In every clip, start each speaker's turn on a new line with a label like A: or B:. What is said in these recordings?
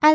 A: 艾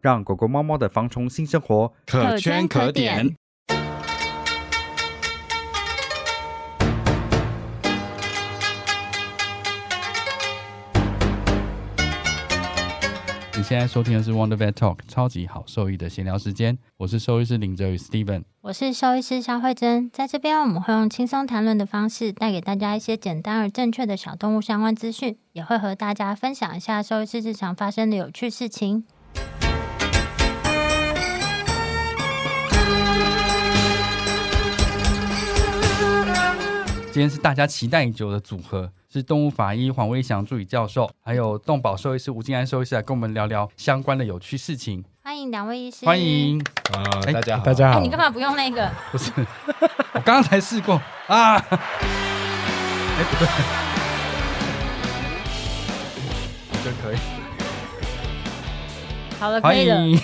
B: 让狗狗猫猫的防虫新生活。
A: 可圈可点。
C: 你现在收听的是 Wonder Vet Talk 超级好兽医的闲聊时间，我是兽医师林哲宇 Steven。
A: 我是兽医师肖慧珍，在这边我们会用轻松谈论的方式，带给大家一些简单而正确的小动物相关资讯，也会和大家分享一下兽医师日常发生的有趣事情。
C: 今天是大家期待已久的组合，是动物法医黄威翔助理教授，还有动保兽医师吴静安兽医师来跟我们聊聊相关的有趣事情。
A: 欢迎两位医师，
C: 欢。迎，
D: 啊、
C: 哎
D: 大家好，
E: 大家
A: 哎、
E: 好，
A: 你干嘛不用那个？
C: 不是， 我刚刚才试过啊。 哎，不对，这可以。
A: 好了，可
C: 欢
A: 以了。
C: 迎，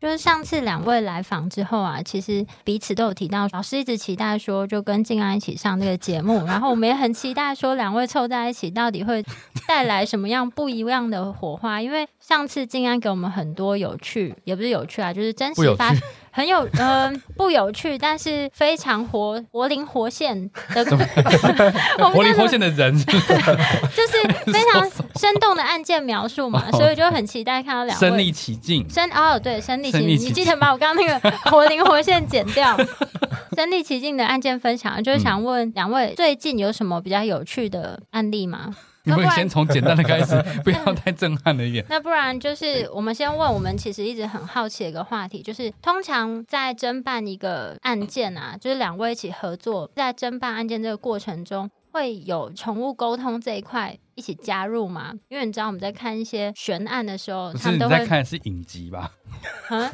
A: 就是上次两位来访之后啊，其实彼此都有提到，老师一直期待说就跟静安一起上这个节目，然后我们也很期待说两位凑在一起到底会带来什么样不一样的火花。因为上次静安给我们很多有趣，也不是有趣啊，就是真
C: 不有
A: 实
C: 趣
A: 发很有嗯、不有趣，但是非常活活灵活现的，我
C: 活
A: 们叫
C: 灵活
A: 什么
C: 现的人，
A: 就是非常生动的案件描述嘛，
C: 哦
A: 所以就很期待看到 两位
C: 身临其境。
A: 身哦，对，身临其
C: 身
A: 境，
C: 临其
A: 你记得把我刚刚那 个活灵活现剪掉。身临其境的案件分享，
C: 嗯
A: 就是想问两位最近有什么比较有趣的案例吗？
C: 你
A: 那不
C: 们
A: 然
C: 先从简单的开 始，不要太震撼了一点。
A: 那不然就是我们先问，我们其实一直很好奇的一个话题，就是通常在侦办一个案件啊，就是两位一起合作，在侦办案件这个过程中，会有宠物沟通这一块一起加入吗？因为你知道我们在看一些悬案的时候，
C: 不
A: 他
C: 是
A: 们
C: 你
A: 都
C: 在
A: 会
C: 看的是影集吧？
A: 嗯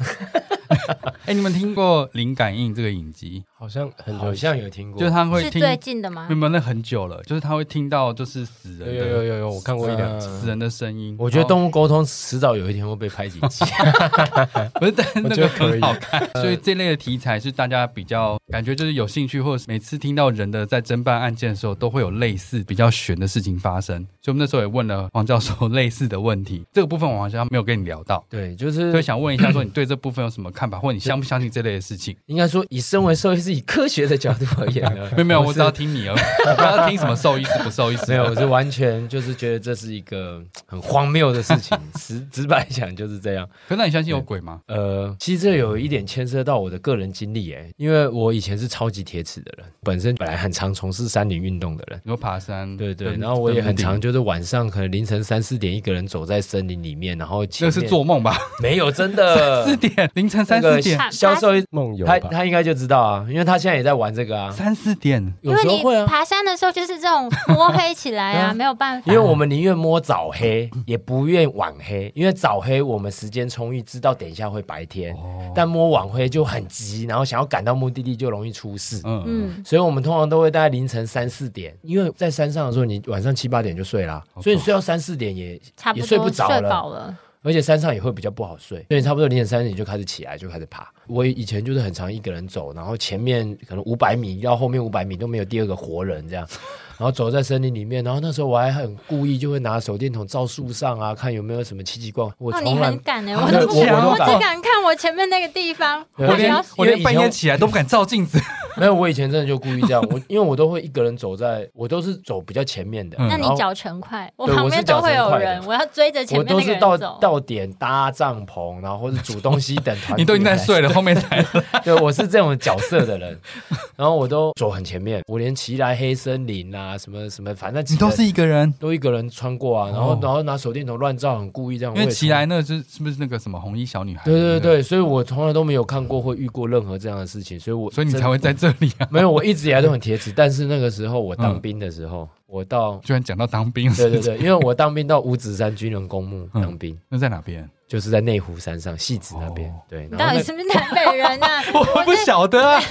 C: 哎，你们听过《灵感应》这个影集？
D: 好像很好像有听过，
C: 就是他会
A: 是
C: 听，
A: 最近的吗
C: 没？有那很久了，就是他会听到就是死
D: 有
C: 人
D: 有有
C: 的呃
D: 有有，我看过一两集。
C: 死人的声音。
D: 我觉得
C: 然后
D: 动物沟通迟早有一天会被拍几 集，
C: 不是，但是
D: 我
C: 那
D: 觉
C: 个
D: 得可
C: 很
D: 以呃
C: 好看，所以这类的题材是大家比较感觉就是有兴趣，或者是每次听到人的在侦办案件的时候，都会有类似比较悬的事情发生。所以我们那时候也问了黄教授类似的问题，
D: 嗯
C: 这个部分我好像没有跟你聊到，
D: 对，就
C: 所以
D: 是
C: 想问一下，说你对这部分有什么看法，或者你相不相信这类的事 情？
D: 应该说，以身为兽医师，以科学的角度而言啊呢，
C: 没有没有，我
D: 是
C: 只要听 你而已，我不要听什么兽医师不兽医师。啊
D: 没有，我是完全就是觉得这是一个很荒谬的事 情，直直白讲就是这样。
C: 可那你相信有鬼吗？
D: 呃，其实这有一点牵涉到我的个人经历诶，因为我以前是超级铁齿的人，本身本来很常从事山林运动的人，
C: 你说爬山？
D: 对对，
C: 登
D: 然后我也很
C: 登
D: 常
C: 顶
D: 就是晚上可能凌晨三四点一个人走在森林里面，然后前
C: 那
D: 面呃
C: 是做梦吧？
D: 没有真的
C: 四点凌晨三
D: 那
C: 四
D: 个
C: 点，
D: 销售一
E: 梦游
D: 他
E: 吧，
D: 他应该就知道啊，因为他现在也在玩这个啊，
C: 三四点，
A: 因
D: 有
A: 为
D: 时候
A: 你
D: 会啊，
A: 爬山的时候就是这种摸黑起来
D: 对
A: 啊，
D: 啊
A: 没有办法。
D: 因为我们宁愿摸早黑，也不愿晚黑，因为早黑我们时间充裕，知道等一下会白天，
C: 哦
D: 但摸晚黑就很急，然后想要赶到目的地就容易出事。
C: 嗯嗯，
A: 嗯，
D: 所以我们通常都会大概凌晨三四点，因为在山上的时候，你晚上七八点就睡啦，
C: 好
D: 所以你睡到三四点也
A: 差不
D: 也
A: 多
D: 睡不着了，
A: 饱了。
D: 而且山上也会比较不好睡，所以差不多凌晨三点就开始起来，就开始爬。我以前就是很常一个人走，然后前面可能五百米到后面五百米都没有第二个活人这样， 然后走在森林里面，然后那时候我还很故意就会拿手电筒照树上啊，看有没有什么奇奇怪怪。我
A: 哦，
D: 从
A: 你
D: 来、
A: 很敢哎、
D: 对
A: 我都不
D: 我我都
A: 我只
D: 敢
A: 敢看我前面半夜起来
D: 对
C: 我
D: 因为
C: 连
D: 因
C: 我
D: 为
C: 连
D: 以前
C: 半夜起来都不敢照镜子，
D: 没有，我以前真的就故意这样，我因为我都会一个人走在，我都是走比较前面的。
C: 嗯
A: 那你
D: 然后
A: 脚程快，我
D: 对
A: 旁
D: 我
A: 边
D: 是脚
A: 都会
D: 程
A: 有
D: 快的
A: 人，我要追着前
D: 我
A: 面
D: 都
A: 那个
D: 是
A: 人
D: 到
A: 走。
D: 到点搭帐篷，然后或是煮东西等团。
C: 你都已经在睡了，，后面才来
D: 对，我是这种角色的人，然后我都走很前面，我连骑来黑森林啊，什么什么，反正骑
C: 你都是一个人。
D: 都一个人穿过啊，然后、
C: 哦
D: 然后拿手电筒乱照，很故意这样。
C: 因为嗯
D: 我也
C: 齐来那个是是不是那个什么红衣小女孩？
D: 从，对对，对，所以我从来都没有看过或遇过任何这样的事情，所以我
C: 所以你
D: 真
C: 才会在这里啊！
D: 没有，我一直以来都很铁齿，但是那个时候我当
C: 嗯
D: 兵的时候，我到
C: 居然讲到当兵，
D: 对对，对，因为我当兵到五指山军人公墓
C: 嗯
D: 当兵，
C: 那在哪边？
D: 就是在内湖山上戏子那边
C: 哦，
D: 对，
A: 你
D: 然
A: 到
D: 后
A: 底
D: 那
A: 是不是南北人 啊？
C: 我不晓得啊。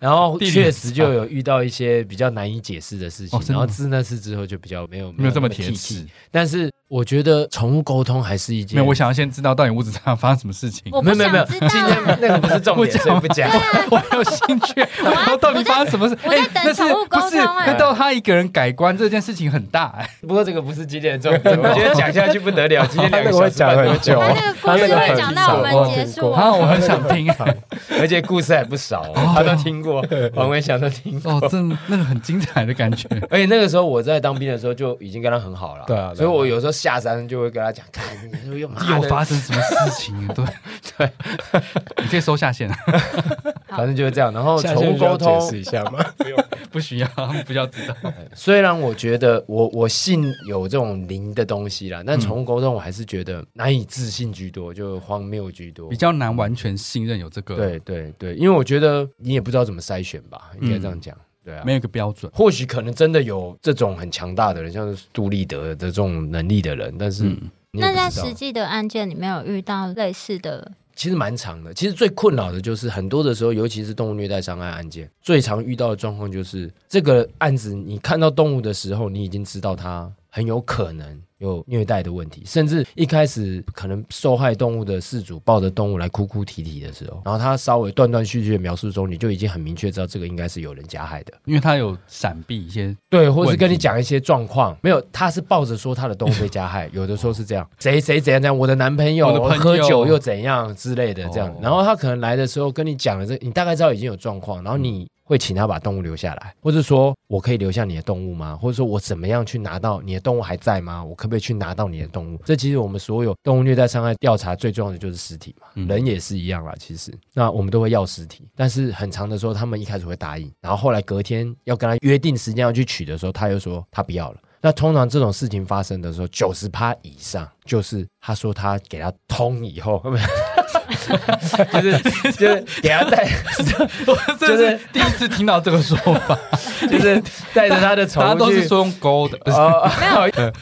D: 然后
C: 地理
D: 确实就有遇到一些比较难以解释的事
C: 哦，
D: 情
C: 真的吗
D: 然后自那次之后就比较没有
C: 没有这么
D: 那
C: 铁
D: 气
C: 齿
D: 气，但是我觉得宠物沟通还是一件
C: 没有，我想要先知道到底屋子上发生什么事情。
A: 我
D: 没
A: 不
D: 有没有没有，
A: 想知
D: 今
A: 道
D: 天
A: 啊。
D: 那个不是重
C: 不
D: 点，
C: 讲
D: 所以不讲。
C: 我有兴趣，我要到底发生什么事？
A: 我在
C: 哎
A: 等
C: 那是
A: 宠物沟
C: 不是
A: 通啊
C: 那到他一个人改观这件事情很大哎。
D: 不过这个不是今天的重点， 我觉得讲下去不得了，今天两个小时半都讲
A: 他
D: 完
A: 那个故事会讲到我们结束
C: 啊，
A: 哦。
C: 我很想听哎。
D: 而且故事还不少，哦他都听过，王文祥都听过。
C: 哦，真的那个很精彩的感觉。
D: 而且那个时候我在当兵的时候就已经跟他很好了，
E: 对啊对啊
D: 所以我有时候下山就会跟他讲，看你又妈
C: 又
D: 的，
C: 发生什么事情？ 对
D: 对，
C: 你可以收下线，
D: 反正就是这样。然后
E: 下
D: 宠
E: 线
D: 物
E: 就要
D: 沟
E: 解
D: 通
E: 释，一下嘛。
C: 不需要，不要知道。
D: 虽然我觉得我我信有这种灵的东西啦，但
C: 嗯
D: 宠物沟通我还是觉得难以置信居多，就荒谬居多，
C: 比较难完全信任有这个，，
D: 对对对，因为我觉得你也不知道怎么筛选吧，应该
C: 嗯
D: 这样讲。对啊，
C: 没有一个标准。
D: 或许可能真的有这种很强大的人，像是杜立德的这种能力的人，但是
C: 嗯
D: 你也
A: 那
D: 不
A: 在
D: 知道
A: 实际的案件里面有遇到类似的，
D: 其实蛮长的。其实最困扰的就是很多的时候，尤其是动物虐待伤害案件，最常遇到的状况就是这个案子，你看到动物的时候，你已经知道它很有可能有虐待的问题，甚至一开始可能受害动物的事主抱着动物来哭哭啼啼的时候，然后他稍微断断续续的描述中，你就已经很明确知道这个应该是有人加害的。
C: 因为他有闪避一些，
D: 对，或
C: 问
D: 是
C: 题
D: 跟你讲一些状况，没有，他是抱着说他的动物被加害，有的时候是这样，谁谁怎样怎样，我的男朋友
C: 我的朋友
D: 喝酒又怎样之类的这样，
C: 哦
D: 然后他可能来的时候跟你讲了这，你大概知道已经有状况，然后你会请他把动物留下来，或者说我可以留下你的动物吗？或者说我怎么样去拿到你的动物还在吗？我可不可以去拿到你的动物？这其实我们所有动物虐待伤害调查最重要的就是尸体嘛，
C: 嗯
D: 人也是一样啦。其实那我们都会要尸体，但是很长的时候他们一开始会答应，然后后来隔天要跟他约定时间要去取的时候，他又说他不要了。那通常这种事情发生的时候，九十趴以上就是他说他给他通以后，就是 就是给他 带，
C: 我真的 是第一次听到这个说 法，
D: 就是带着他的宠物
C: 大家都是
D: 去
C: 说用勾 的，不 是
D: 哦，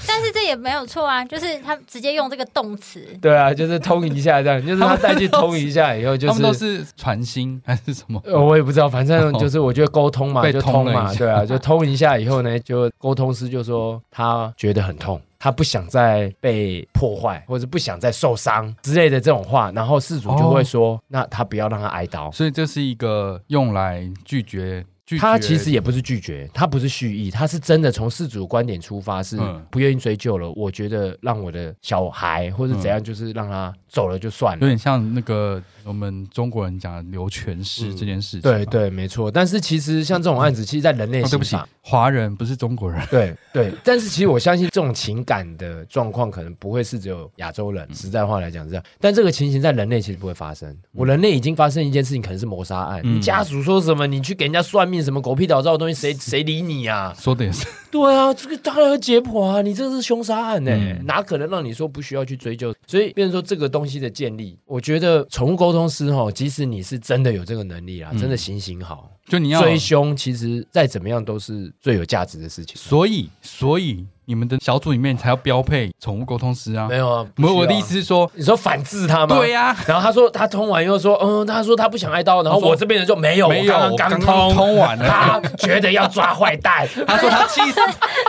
A: 但是这也没有错啊，就是他直接用这个动词，
D: 对啊，就是通一下这样，就是他带去通一下以后，就
C: 他们
D: 是
C: 都是哦传心还是什么？
D: 呃，我也不知道，反正就是我觉得沟通嘛，
C: 被
D: 就
C: 通
D: 通
C: 了一
D: 嘛，
C: 下
D: 对啊，就通一下以后呢，就沟通师就说他觉得很痛。他不想再被破坏，或者不想再受伤之类的这种话，然后事主就会说：“
C: 哦
D: 那他不要让他挨刀。
C: 所以这是一个用来拒绝拒”绝。
D: 他其实也不是拒绝，他不是蓄意，他是真的从事主观点出发，是
C: 嗯
D: 不愿意追究了。我觉得让我的小孩或者怎
C: 嗯
D: 样，就是让他走了就算了
C: 有。点像那个我们中国人讲的留全尸这件事情。
D: 对，对，没错。但是其实像这种案子，其实，在人类
C: 哦，对
D: 刑
C: 不起
D: 法，，
C: 华人不是中国人。
D: 对对。但是其实我相信，这种情感的状况可能不会是只有亚洲人。
C: 嗯
D: 实在话来讲是这样，但这个情形在人类其实不会发生。我人类已经发生一件事情，可能是谋杀案。
C: 嗯
D: 你家属说什么，你去给人家算命什么狗屁倒灶的东西，谁谁理你啊？
C: 说的也是，
D: 对啊，这个当然要解剖啊，你这是凶杀案呢、
C: 嗯
D: 哪可能让你说不需要去追究？所以，变成说这个东西的建立，我觉得宠物沟通师哈，即使你是真的有这个能力啦，啊
C: 嗯
D: 真的行行好，
C: 就你要
D: 追凶，其实再怎么样都是最有价值的事情。
C: 所以，所以你们的小组里面才要标配宠物沟通师啊
D: 没。有啊，
C: 没有，
D: 不需要啊
C: 我的意思，是说，
D: 你说反制他吗？
C: 对、呀，
D: 然后他说他通完又说，嗯，他说他不想挨刀，然后
C: 他说
D: 我这边人就没有，
C: 没有，
D: 我
C: 我
D: 刚
C: 刚
D: 刚刚通，
C: 通完了。
D: 他觉得要抓坏 蛋，
C: 他说他 气死，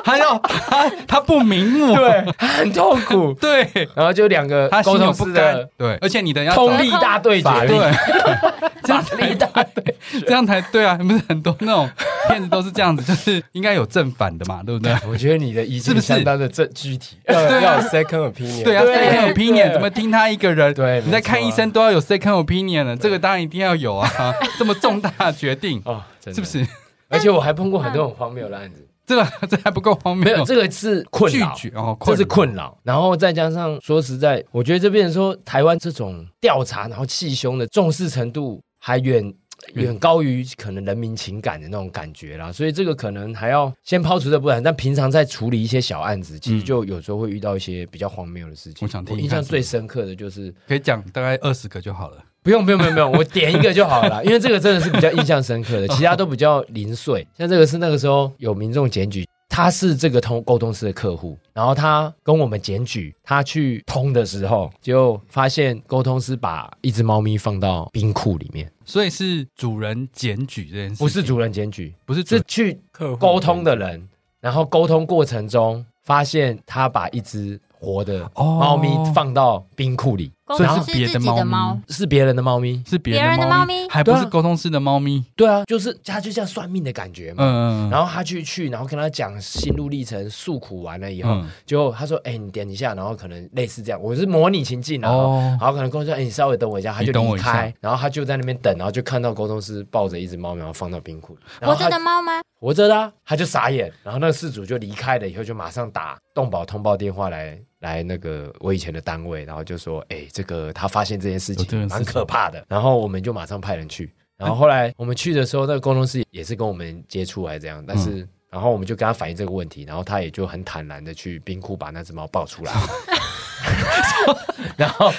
C: 他要他他不明目，
D: 对，他 很痛苦。
C: 对，
D: 然后就两个
C: 他
D: 沟
C: 心有
D: 通
C: 不
D: 师
C: 甘
D: 的，
C: 对，而且你的要
D: 通力大对决，
C: 对，
D: 法力大对决，
C: 这样才对啊，你不是很多那种骗子都是这样子，就是应该有正反的嘛，对不对？
D: 我觉得你的意
C: 是
D: 见
C: 不是啊
D: 相当的正具体，
E: 要 要有 second opinion，
C: 对啊
D: 对
C: ，second
D: 对
C: opinion 怎么听他一个人？
D: 对
C: 你在
D: 没
C: 看
D: 错啊，
C: 医生都要有 second opinion 了，这个当然一定要有啊， 这么重大的决定
D: 哦， 真的
C: 是不？是？
D: 而且我还碰过很多很荒谬的案子，
C: 这个 这还不够荒
D: 没有
C: 谬，
D: 这个是困
C: 拒
D: 扰，
C: 绝哦，
D: 这是
C: 扰
D: 困扰。然后再加上说实在，我觉得这边说台湾这种调查然后气胸的重视程度还远。远高于可能人民情感的那种感觉啦，所以这个可能还要先抛除这不谈。但平常在处理一些小案子，其实就有时候会遇到一些比较荒谬的事
C: 嗯
D: 情。
C: 我想听
D: 我
C: 听
D: 印
C: 看
D: 象
C: 是
D: 最
C: 什么
D: 深刻的就是
C: 可以讲大概二十个就好了。
D: 不用不用不用不用，我点一个就好了 啦，因为这个真的是比较印象深 刻的，其他都比较零碎。像这个是那个时候有民众检举，他是这个通沟通师的客户，然后他跟我们检举，他去通的时候就发现沟通师把一只猫咪放到冰库里面，
C: 所以是主人检举这件事，
D: 不是，主人检举，
C: 不是主
D: 是去
E: 客户
D: 沟通的人，然后沟通过程中发现他把一只活的
C: 哦
D: 猫咪放到冰库里，
A: 公
C: 所以
A: 司
C: 是
A: 是
C: 别
A: 自
C: 的
A: 己
C: 猫咪
A: 的猫，
D: 是别人的猫咪。
C: 是别
A: 别人
C: 的
A: 的
C: 猫
A: 猫咪
C: 还不
D: 对
C: 是
D: 啊
C: 沟通师的猫咪。
D: 对啊，就是他就像算命的感觉嘛。
C: 嗯嗯，
D: 然后他去去，然后跟他讲心路历程，诉苦完了以后，
C: 嗯
D: 就他说：“哎、你点一下。”然后可能类似这样，我是模拟情境啊。
C: 哦
D: 然后可能跟我说：“哎、你稍微等我一下。”他
C: 你
D: 就
C: 等
D: 离
C: 我一下
D: 开，然后他就在那边等，然后就看到沟通师抱着一只猫，然后放到冰库里。然
A: 活
D: 后他
A: 着的猫吗？
D: 活着的啊、他就傻眼。然后那个事主就离开了以后，就马上打动保通报电话来来那个我以前的单位，然后就说：“哎、这个他发现这件事
C: 有这
D: 情
C: 件事
D: 蛮
C: 情
D: 可怕的。”然后我们就马上派人去。然后后来我们去的时候，那个沟通师也是跟我们接触还这样，但是。然后我们就跟他反映这个问题，然后他也就很坦然的去冰库把那只猫抱出来，然后，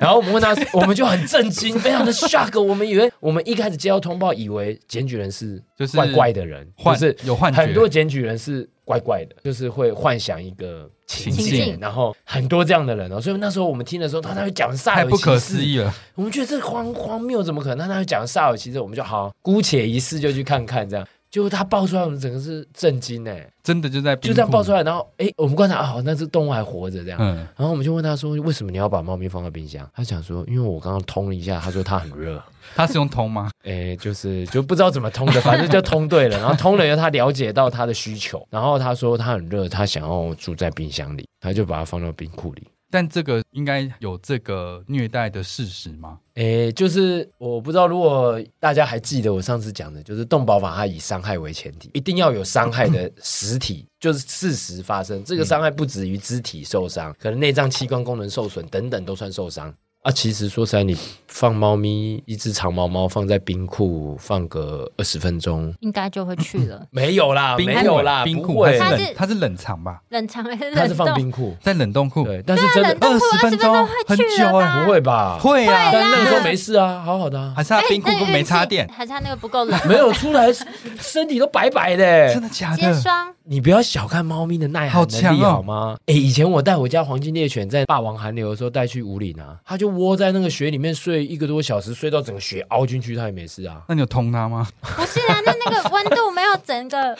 D: 然后我们问他，我们就很震惊，非常的 shock。我们以为我们一开始接到通报，以为检举人是
C: 就是
D: 怪怪的人，
C: 幻
D: 就是
C: 有幻觉
D: 很多检举人是怪怪的，就是会幻想一个情境，
C: 情
A: 境
D: 然后很多这样的人哦。所以那时候我们听的时候，他他会讲煞
C: 太
D: 有
C: 不可
D: 其事
C: 思议了，
D: 我们觉得这荒荒谬，怎么可能？那他就讲煞有其事，我们就好姑且一试，就去看看这样。结果他爆出来，我们整个是震惊哎、
C: 真的就在
D: 就这样爆出
C: 来。
D: 来，然后哎、我们观察啊，好那只动物还活着这样。
C: 嗯，
D: 然后我们就问他说：“为什么你要把猫咪放到冰箱？”他想说：“因为我刚刚通了一下，他说它很热，
C: 它是用通吗？
D: 诶，就是就不知道怎么通的，反正就通对了。然后通了以后，他了解到他的需求，然后他说他很热，他想要住在冰箱里，他就把它放到冰库里。
C: 但这个应该有这个虐待的事实吗？
D: 诶，就是我不知道，如果大家还记得我上次讲的，就是动保法它以伤害为前提，一定要有伤害的实体，就是事实发生。这个伤害不止于肢体受伤，可能内脏器官功能受损等等都算受伤。啊，其实说实在，你放猫咪一只长毛猫放在冰库放个二十分钟，
A: 应该就会去了。
D: 没有啦，
C: 冰库
D: 没有啦，
C: 冰
D: 不
C: 库它
A: 它
C: 是，
D: 会
C: 冷
A: 是
C: 它是冷藏吧，
A: 冷藏还是
D: 它是
A: 冷
D: 放
A: 冻？
D: 冰库，
C: 在冷冻库，
D: 对，但是真的
A: 冷冻库
C: 20分钟
A: 20会去了
C: 很久欸
A: 吧
D: 啊不会吧？
C: 会啊，
D: 但那个时候没事啊，好好的 啊
C: 还，是它
A: 哎
C: 冰库
A: 那个
C: 没
A: 运气
C: 插电？啊
A: 还是它那个不够 冷？
D: 没有出来，身体都白白的欸，
C: 真的假
A: 结
C: 的？
A: 霜
D: 你不要小看猫咪的耐寒能
C: 好强
D: 力
C: 哦
D: 好吗？哎、以前我带我家黄金猎犬在霸王寒流的时候带去五岭啊，它就窝在那个雪里面睡一个多小时，睡到整个雪凹进去，它也没事啊。
C: 那你有通它 吗？
A: 不是啊，那那个温度没有整 个，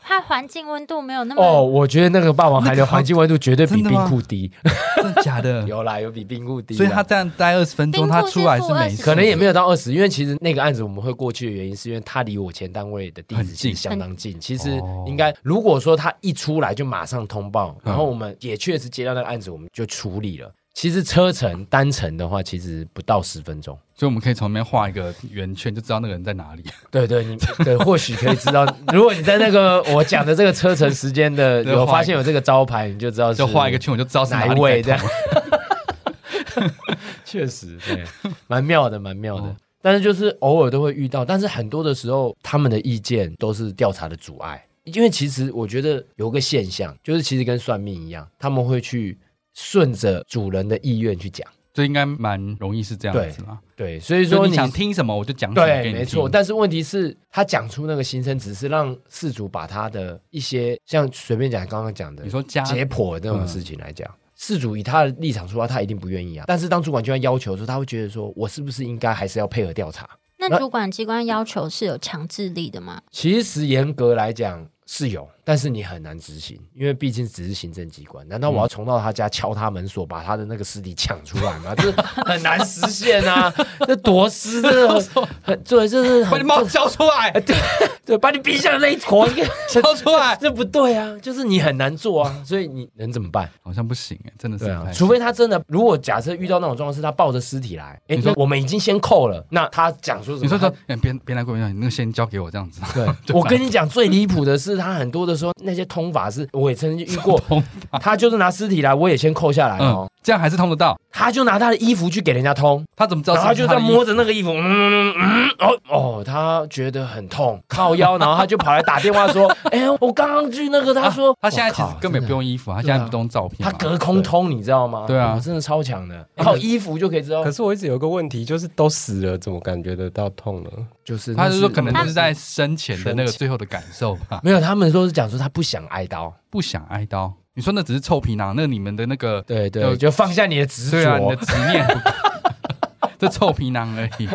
A: 它环境温度没有那么。
D: 哦，我觉得那个霸王寒流环境温度绝对比
C: 真的
D: 冰
C: 吗
D: 库低，
C: 真的假的？
D: 有啦，有比冰库低 啦。
C: 所以它这样待二十分钟，
A: 冰库
C: 它出来
A: 是
C: 是
A: 负
C: 没事
A: 20
D: 可能也没有到二十，因为其实那个案子我们会过去的原因，是因为它离我前单位的地址
C: 很
D: 其
C: 近
D: 实相当近。其实
C: 哦
D: 应该，如果说他一出来就马上通报，
C: 嗯
D: 然后我们也确实接到那个案子，我们就处理了。其实车程单程的话，其实不到十分钟。
C: 所以我们可以从那边画一个圆圈，就知道那个人在哪里。
D: 对对，你对，或许可以知 道，如果你在那个我讲的这个车程时间的
C: 对画一
D: 有
C: 个
D: 发现有这个招牌，你就知道是
C: 就画一个圈，我就知哦道是
D: 哪
C: 里
D: 一位这
C: 在
D: 样
C: 捅。
D: 确实，对，蛮妙的，蛮妙的。
C: 哦
D: 但是就是偶尔都会遇到，但是很多的时候，他们的意见都是调查的阻碍。因为其实我觉得有个现象，就是其实跟算命一样，他们会去顺着主人的意愿去讲。
C: 这应该蛮容易是这样子啦。
D: 对，所以
C: 就
D: 说
C: 你想听什么，我就讲什么给
D: 对，
C: 你
D: 没错。
C: 听
D: 但是问题是，他讲出那个心声，只是让事主把他的一些像随便讲刚刚讲的，
C: 你说家
D: 解剖那种事情来讲，事主以他的立场出发，他一定不愿意啊。但是当主管机关要求的时候，他会觉得说，我是不是应该还是要配合调查？
A: 那主管机关要求是有强制力的吗？
D: 其实严格来讲，是有，但是你很难执行，因为毕竟只是行政机关。难道我要冲到他家敲他门锁，把他的那个尸体抢出来吗？这很难实现啊！这夺尸真的很，很对，这是
C: 把
D: 很
C: 你猫交出来，
D: 对，把你逼下的那一坨，你看 这
C: 交出来，
D: 这不对啊！就是你很难做啊，所以你能怎么办？
C: 好像不行哎，真的是
D: 对
C: 不
D: 啊
C: 太，行，
D: 除非他真的，如果假设遇到那种状况，是他抱着尸体来，哎，
C: 你说
D: 我们已经先扣了，那他讲说什么？
C: 你说
D: 他
C: 说，哎别别来过，别来过你那个先交给我这 样子，
D: 对，我跟你讲，最离谱的是，他很多的时候那些通法是，我也曾经遇 过，他就是拿尸体来，我也先扣下来哦
C: 嗯，，这样还是通得到，
D: 他就拿他的衣服去给人家通，
C: 他怎么知道
D: 然
C: 是不
D: 后他
C: 是
D: 就
C: 他
D: 在
C: 的衣服？
D: 摸着那个衣服，嗯嗯，哦哦，他觉得很痛，靠腰，然后他就跑来打电话 说，哎，我刚刚去那个，他说
C: 啊他现在其实根本不。
D: 我靠
C: 用
D: 真的
C: 衣服啊，他现在不用照片
D: 他
C: 嘛，
D: 隔空通，你知道吗？
C: 对啊
D: 哦真的超强的，靠衣服就可以知道
E: 可。是我一直有个问题，就是都死了，怎么感觉得到痛呢？
D: 就是
C: 他
D: 那
C: 是说可能
D: 他
C: 就是在生前的那个
E: 生前
C: 最后的感受吧，
D: 没有，他们都是讲说他不想挨刀，
C: 不想挨刀。你说那只是臭皮囊，那你们的那个
D: 对对，
C: 就
D: 就放下你的执
C: 对啊，你
D: 着
C: 的。执念 不，这臭皮囊而已。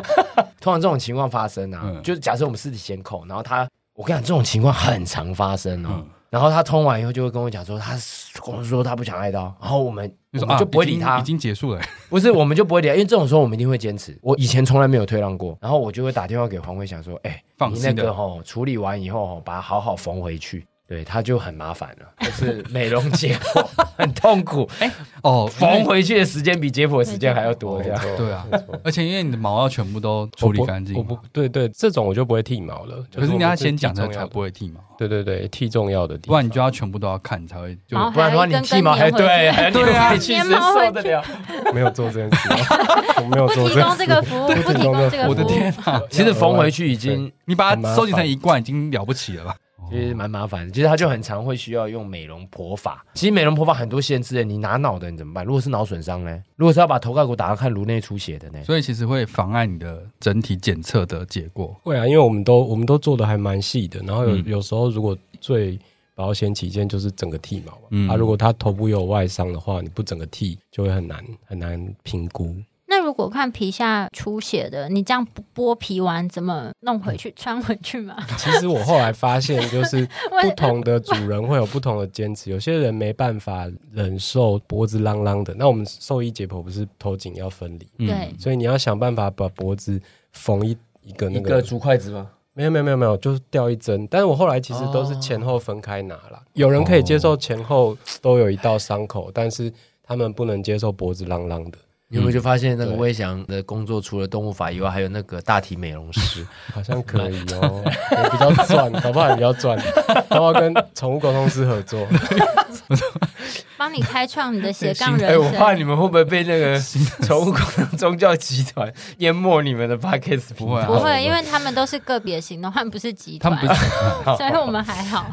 D: 通常这种情况发生啊，
C: 嗯
D: 就是假设我们尸体先扣，然后他，我跟你讲，这种情况很常发生哦。
C: 嗯
D: 然后他通完以后就会跟我讲说，他跟我说他不想挨刀，然后我们
C: 你
D: 我
C: 说
D: 们
C: 啊，
D: 就不会理
C: 已
D: 他，
C: 经已经结束了，
D: 不是我们就不会理他，因为这种时候我们一定会坚持。我以前从来没有退让过，然后我就会打电话给黄慧祥说，哎、
C: 放
D: 你
C: 心
D: 那
C: 的
D: 个吼处理完以后吼，把它好好缝回去。对，他就很麻烦了，就是美容解 剖很痛苦，
C: 哦，
D: 缝回去的时间比解剖的时间还要多，这样。
C: 对啊
E: 没错
C: 而且因为你的毛要全部都处理干净
E: 我
C: 嘛，
E: 不我不对对，这种我就不会剃毛了。就
C: 可是你
E: 我
C: 要
E: 们是
C: 先
E: 剃
C: 讲才
E: 重要
C: 才
E: 的
C: 不会剃毛，
E: 对对对，剃重要的地
C: 不然
E: 方
C: 你。就要全部都要看，你才会就
A: 然后
D: 不然的话，
A: 还
D: 你
A: 要一根
D: 剃
A: 根
D: 毛
A: 粘
D: 还
A: 回去
D: 对，还剃
C: 对啊
D: 毛剃谁
A: 粘毛回
D: 受得了？
E: 没有做这件事， 我没有
A: 不
E: 做
A: 提
E: 这
A: 供
E: 件
A: 这
E: 事。
A: 个服务，不提
E: 提
A: 供
E: 供
A: 这
E: 这
A: 个服
E: 个
A: 务。
C: 我的天啊！
D: 其实缝回去已经
C: 你把
E: 很
C: 它
E: 麻
C: 收集成
E: 烦
C: 一罐已经了不起了吧？
A: 哦
D: 其实蛮麻烦的，其实他就很常会需要用美容剖法。其实美容剖法很多限制的，你拿脑的你怎么办？如果是脑损伤呢？如果是要把头盖骨打开看颅内出血的呢？
C: 所以其实会妨碍你的整体检测的结果。
E: 会啊，因为我们都我们都做的还蛮细的，然后有、
C: 嗯
E: 有时候如果最保险起见就是整个剃毛嘛，
C: 嗯
E: 啊，如果他头部有外伤的话，你不整个剃就会很难很难评估。
A: 那如果看皮下出血的，你这样不剥皮完怎么弄回去、穿回去 吗？
E: 其实我后来发现，就是
A: 我
E: 不同的主人会有不同的坚持，有些人没办法忍受脖子啷啷的，那我们兽医解剖不是头颈要分离，
C: 嗯
A: 对，
E: 所以你要想办法把脖子缝一一个那个
D: 筷子吗？
E: 没有没有没有没有，就是掉一针。但是我后来其实都是前后分开拿啦。有人可以接受前后都有一道伤口，但是他们不能接受脖子啷啷的。
D: 你有没有就发现那个
E: 对
D: 魏翔的工作除了动物法以外，还有那个大体美容师？
E: 好像可以哦， 也比较赚，搞不好也比较赚。然后跟宠物沟通师合作，
A: 帮你开创你的 斜杠人
D: 哎，我怕
A: 生。
D: 你们会不会被那个 宠物工宗教集团淹没你们的 p o c a s t
C: 不会啊
A: 不会，因为他们都是个别行动，他们不是集
C: 他
A: 团
C: 们，不是
A: 所以我们还好。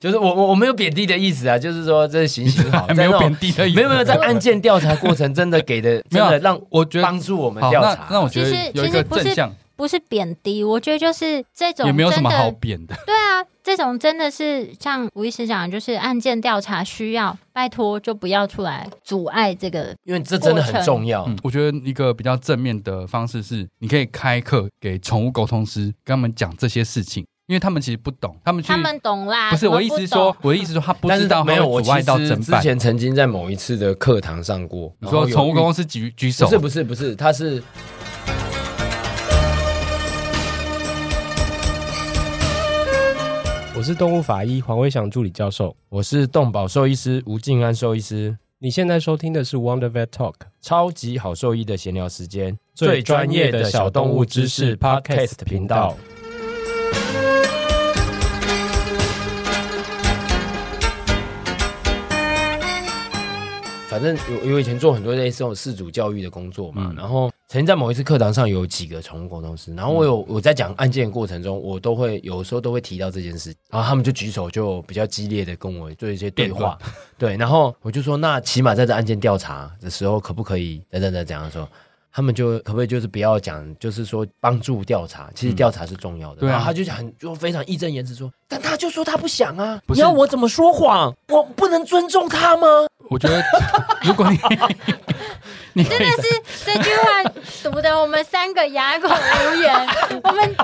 D: 就是我我我没有贬低的意思啊，就是说这行行好，
C: 还 没
D: 在那
C: 有
D: 种
C: 贬低的意思，
D: 没有没有，在案件调查过程真的给的
C: 没
D: 真
C: 有
D: 的让
C: 我觉得
D: 帮助我们
C: 好，
D: 调
C: 那
D: 查。
C: 那我觉
A: 其实
C: 得有一
A: 其实
C: 个
A: 不是
C: 正向，
A: 不是贬低，我觉得就是这种
C: 也没有什么
A: 真的
C: 好贬的。
A: 对啊，这种真的是像吴医师讲的，就是案件调查需要，拜托就不要出来阻碍这个。
D: 因为这真的很重要。
C: 嗯， 我觉得一个比较正面的方式是，你可以开课给宠物沟通师，跟他们讲这些事情，因为他们其实不懂，他们去
A: 他们懂啦，
C: 不是
A: 什么
C: 我意思是
A: 懂
C: 说，我的意思是说他不
D: 但是
C: 知道
D: 没
C: 他
D: 有，我
C: 会阻碍到
D: 其实
C: 整
D: 之
C: 版。
D: 前曾经在某一次的课堂上过。
C: 你
D: 然后
C: 说
D: 有
C: 宠物
D: 遇
C: 沟通师举举手
D: 不，是不是不是，他是
E: 我是动物法医黄威翔助理教授。
D: 我是动保兽医师吴静安兽医师，
E: 你现在收听的是 Wonder Vet Talk，
D: 超级好兽医的闲聊时间，
E: 最专业的小动物知识 Podcast 频道。
D: 反正我我以前做很多类似这种饲主教育的工作嘛，然后曾经在某一次课堂上有几个宠物沟通师，然后我有我在讲案件的过程中，我都会有时候都会提到这件事，然后他们就举手就比较激烈的跟我做一些对话，对，然后我就说那起码在这案件调查的时候，可不可以怎样怎样怎样的时候，他们就可不可以就是不要讲，就是说帮助调查，其实调查是重要的。
C: 对啊
D: 然后他就很就非常义正言辞说，但他就说他不想啊，
C: 不
D: 你
C: 是
D: 要我怎么说谎？我不能尊重他吗？
C: 我觉得 如果 你你可以
A: 但是这句 话读的我们三个哑口无言，我们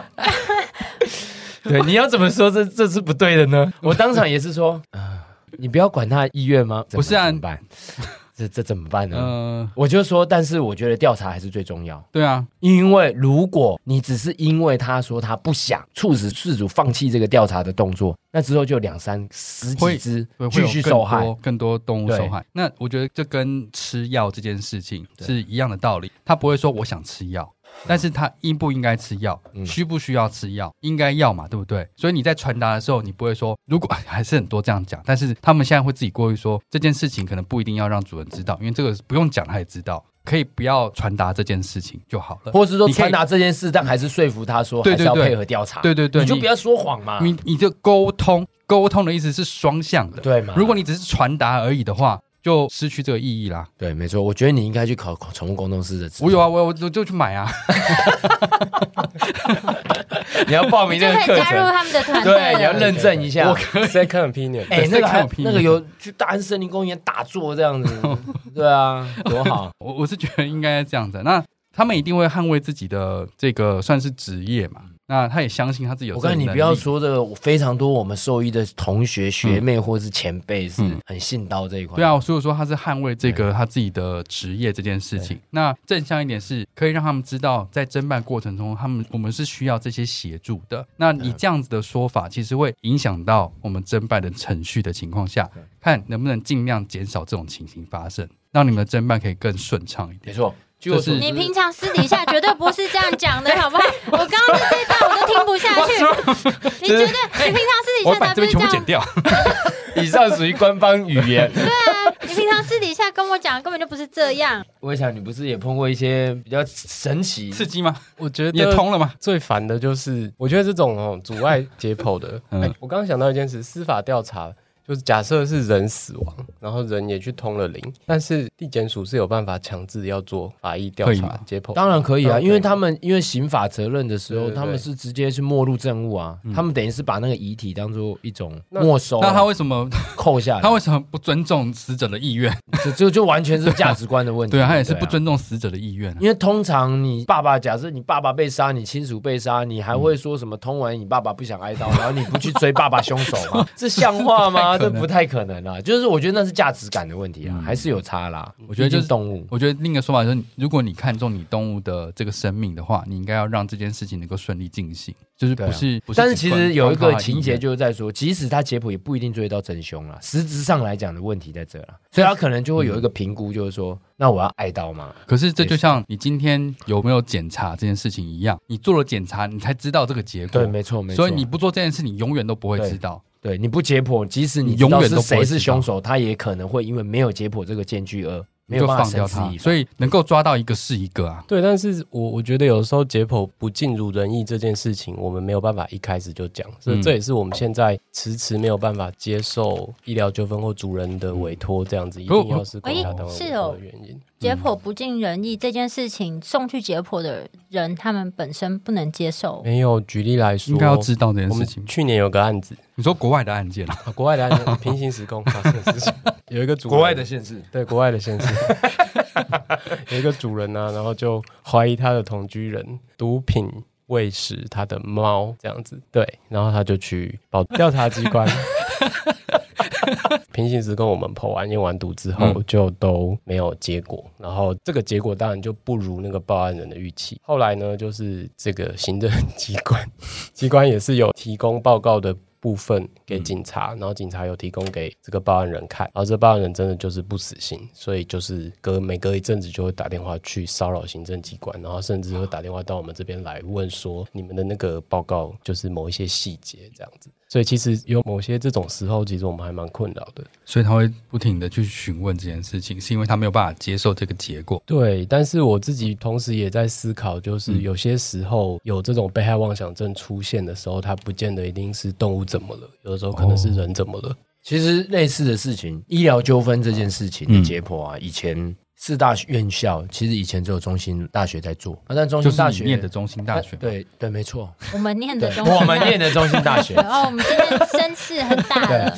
D: 对，你要怎么说这这是不对的呢？ 我当场也是说，啊你不要管他的意愿吗？
C: 不是啊
D: 怎么办？ 这这怎么办呢？
C: 呃，
D: 我就说，但是我觉得调查还是最重要，
C: 对啊，
D: 因为如果你只是因为他说他不想，促使事主放弃这个调查的动作，那之后就有两三十
C: 会
D: 几只
C: 对会
D: 继
C: 有
D: 续
C: 更
D: 受害
C: 多。更多动物
D: 对
C: 受害。那我觉得这跟吃药这件事情是一样的道理。他不会说我想吃药，
D: 嗯
C: 但是他应不应该吃药，需不需要吃药，应该要嘛，对不对？所以你在传达的时候，你不会说如果 还是很多这样讲，但是他们现在会自己过于说这件事情可能不一定要让主人知道，因为这个不用讲他也知道，可以不要传达这件事情就好了。
D: 或是说
C: 你可以
D: 传达这件事，但还是说服他说
C: 对
D: 还
C: 对
D: 是要
C: 对
D: 配合调查，
C: 对对对
D: 啊你就
C: 你
D: 不要说谎嘛，
C: 你你就沟通，沟通的意思是双向的。
D: 对啊嘛？
C: 如果你只是传达而已的话，就失去这个意义啦。
D: 对，没错，我觉得你应该去考考宠物工程师的执照。
C: 我有啊，我有我就就去买啊。
D: 你要报名
A: 就
D: 那
A: 可
D: 个课
A: 以加入
D: 程，
A: 他们的团队
D: 对，你要
A: 了。
D: 认证一下
E: 我。可以 second opinion。
D: 哎、
C: 对
D: 那个
C: 这
D: 还
C: 看我屁
D: 那个有去大安森林公园打坐这 样子，对啊，多好。
C: 我我是觉得应该这样子。啊那他们一定会捍卫自己的这个算是职业嘛？那他也相信他自己有。
D: 嗯我告诉你，不要，说这个，我非常多我们兽医的同学、学妹或是前辈是
C: 嗯
D: 很信刀这一块。
C: 对啊，所以说他是捍卫这个他自己的职业这件事情。那正向一点是可以让他们知道，在侦办过程中，他们我们是需要这些协助的。那你这样子的说法，其实会影响到我们侦办的程序的情况下，看能不能尽量减少这种情形发生，让你们的侦办可以更顺畅一点。
D: 没错，据
C: 就
D: 我
C: 是
D: 所知
A: 你平常私底下绝对不是这样讲 的，好不好？我刚刚这一段我都听不下去。你绝对，你平常私底
C: 我
A: 下
C: 把
A: 才
C: 这
A: 不是
C: 边
A: 这
C: 全部剪
A: 样。
C: 掉。
D: 以上属于官方语言。
A: 你平常私底下跟我讲，根本就不是这样。
D: 我想你不是也碰过一些比较神奇？
C: 刺激吗？
E: 我觉
C: 也
E: 得
C: 通了吗？
E: 最烦的就是，我觉得这种哦阻碍解剖的。
C: 嗯
E: 哎我刚刚想到一件事，司法调查就是假设是人死亡，然后人也去通了灵，但是地检署是有办法强制要做法医调
C: 可以
E: 查
C: 吗
E: 解剖。
D: 当然可以啊，
E: 当然可以
D: 因为他们因为刑法责任的时候，
E: 对对对
D: 他们是直接是没入证物啊，他们等于是把那个遗体当做一种
E: 那
D: 没收啊、
C: 那他为什么
D: 扣下来，
C: 他为什么不尊重死者的意愿？
D: 这这就完全是价值观的问题。
C: 对啊，他也是
D: 嗯对
C: 不尊重死者的意愿啊。
D: 因为通常你爸爸，假设你爸爸被杀，你亲属被杀，你还会说什么？通完你爸爸不想 哀悼，然后你不去追爸爸凶手吗？这像话吗？这不太可能啊！就是我觉得那是价值感的问题啊，还是有差啦。
C: 嗯我觉得就是
D: 毕竟动物，
C: 我觉得另一个说法就是，如果你看重你动物的这个生命的话，你应该要让这件事情能够顺利进行，就是
D: 对啊
C: 不是？不
D: 但是其实有一个情节
C: 就
D: 就是在说，即使他解剖也不一定追到真凶啦，实质上来讲的问题在这啦，所以他可能就会有一个评估，就是说，那我要爱到吗？
C: 可是这就像你今天有没有检查这件事情一样，你做了检查，你才知道这个结果。
D: 对，没错，没错。
C: 所以你不做这件事，你永远都不会
D: 对
C: 知道。
D: 对你不解剖，即使你
C: 你永远
D: 知道
C: 都
D: 是
C: 不会
D: 谁是
C: 知道
D: 凶手，他也可能会因为没有解剖这个间距而
C: 你
D: 没有
C: 就
D: 办法
C: 放
D: 绳
C: 掉
D: 之
C: 它
D: 以，法。
C: 所以能够抓到一个是一个啊。
E: 对，但是我我觉得有时候解剖不尽如人意这件事情，我们没有办法一开始就讲，所以
C: 嗯
E: 这也是我们现在迟迟没有办法接受医疗纠纷或主人的委托这样子，一
C: 可我
E: 定要是公家单位
A: 喂
E: 委
A: 是哦
E: 托的原因。
A: 解剖不尽人意这件事情，送去解剖的人他们本身不能接受。
E: 没有举例来说，
C: 应该要知道这件
E: 我
C: 事
E: 们
C: 情。
E: 去年有个案子，
C: 你说国外的案件啊，
E: 啊国外的案 子，平行时空发生的事情， 有一个主人
D: 限制，
E: 对国外的现实， 有一个主人呢、然后就怀疑他的同居人毒品喂食他的猫这样子，对，然后他就去 报调查机关。平行时跟我们剖完验完毒之后，
C: 嗯
E: 就都没有结果，然后这个结果当然就不如那个报案人的预期。后来呢，就是这个行政机关，机关也是有提供报告的部分给警察，然后警察有提供给这个报案人看，然后这报案人真的就是不死心，所以就是隔每隔一阵子就会打电话去骚扰行政机关，然后甚至会打电话到我们这边来问说你们的那个报告就是某一些细节这样子。所以其实有某些这种时候，其实我们还蛮困扰的。
C: 所以他会不停的去询问这件事情，是因为他没有办法接受这个结果。
E: 对，但是我自己同时也在思考，就是有些时候有这种被害妄想症出现的时候，它不见得一定是动物怎么了，有的时候可能是人怎么了。
D: 其实类似的事情，医疗纠纷这件事情
C: 嗯
D: 的解剖啊，以前四大院校其实以前只有中心大学在做，啊、但中
C: 就
D: 心
C: 是
D: 大
C: 你
D: 学呃啊
C: 念的中心大学，，
D: 对对，没 错，
A: 我们念
D: 对
A: 的，中，
D: 我们念。的中心大学，
A: 然后我们今天声势很大了，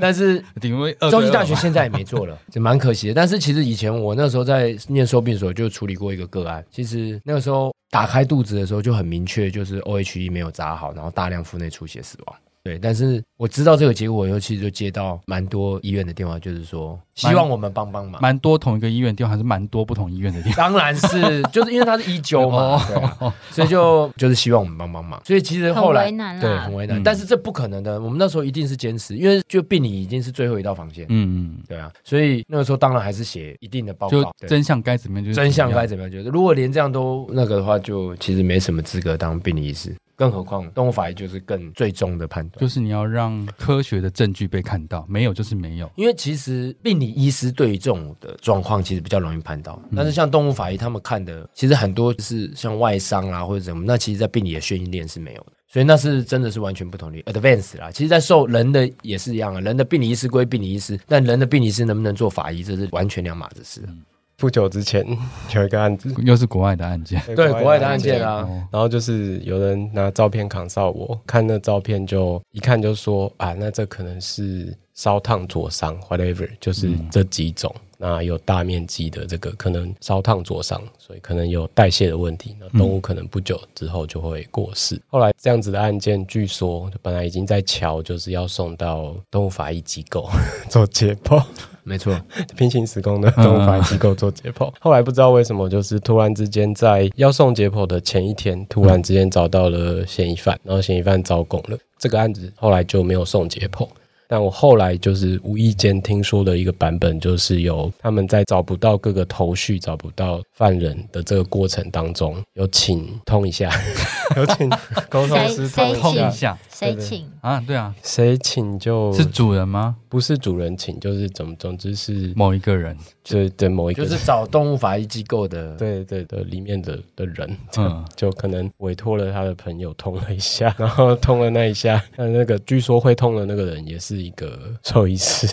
D: 但是
C: 因为二对
D: 中心大
C: 二
D: 学
C: 嘛
D: 现在也没做了， 这蛮可惜的。但是其实以前我那时候在念兽病所就处理过一个个案，其实那个时候打开肚子的时候就很明确，就是 OHE 没有扎好，然后大量腹内出血死亡。对，但是我知道这个结果以后，其实就接到蛮多医院的电话，就是说希望我们帮帮忙。
C: 蛮多同一个医院的电话，还是蛮多不同医院的电话。
D: 当然是，就是因为他是一九嘛，对啊所以就就是希望我们帮帮忙。所以其实后来
A: 很为难啊啦
D: 对很为难，
C: 嗯
D: 但是这不可能的。我们那时候一定是坚持，因为就病理已经是最后一道防线，
C: 嗯，
D: 对啊，所以那个时候当然还是写一定的报
C: 就
D: 告，对
C: 真相该怎么样就是
D: 真相
C: 怎么
D: 该
C: 样
D: 怎么样？就是如果连这样都那个的话，就其实没什么资格当病理医师，更何况动物法医就是更最终的判断。
C: 就是你要让科学的证据被看到，没有就是没有。
D: 因为其实病理医师对于这种的状况其实比较容易判到，但是像动物法医他们看的，其实很多是像外伤啊啦或者什么，那其实，在病理的训练是没有的，所以那是真的是完全不同的 advance 啦。其实，在受人的也是一样啊，人的病理医师归病理医师，但人的病理医师能不能做法医，这是完全两码子事。
E: 不久之前 有一个案子，
C: 又是国外的案件，
D: 对，国外的案件啊，
C: 哦，
E: 然后就是有人拿照片扛哨我，看那照片就一看就说啊，那这可能是烧烫灼伤，whatever，就是
D: 嗯
E: 这几种。那有大面积的这个可能烧烫灼伤，所以可能有代谢的问题。那动
D: 嗯
E: 物可能不久之后就会过世。后来这样子的案件，据说本来已经在瞧，就是要送到动物法医机构 做解剖。
D: 没错，
E: 平行时空的动物法医机构做解剖。 后来不知道为什么，就是突然之间在要送解剖的前一天，突然之间找到了嫌疑犯，然后嫌疑犯招供了。这个案子后来就没有送解剖。但我后来就是无意间听说的一个版本，就是有他们在找不到各个头绪、找不到犯人的这个过程当中，有请通一 下，有请沟通师
A: 谁谁
D: 啊
E: 通一
C: 碰
A: 请
C: 一
E: 下，
C: 下
A: 谁
E: 对对
A: 请？
C: 啊，对啊，
E: 谁请就是
C: 主人吗？
E: 不是主人请，就是总总之是
C: 某一个 人，
E: 对对某一个
D: 就
E: 人
D: 是找动物法医机构的
E: 对对对，里面的的人，
C: 嗯
E: 嗯，就可能委托了他的朋友通了一下， 然后通了那一下，那那个据说会通的那个人也是一个兽医师，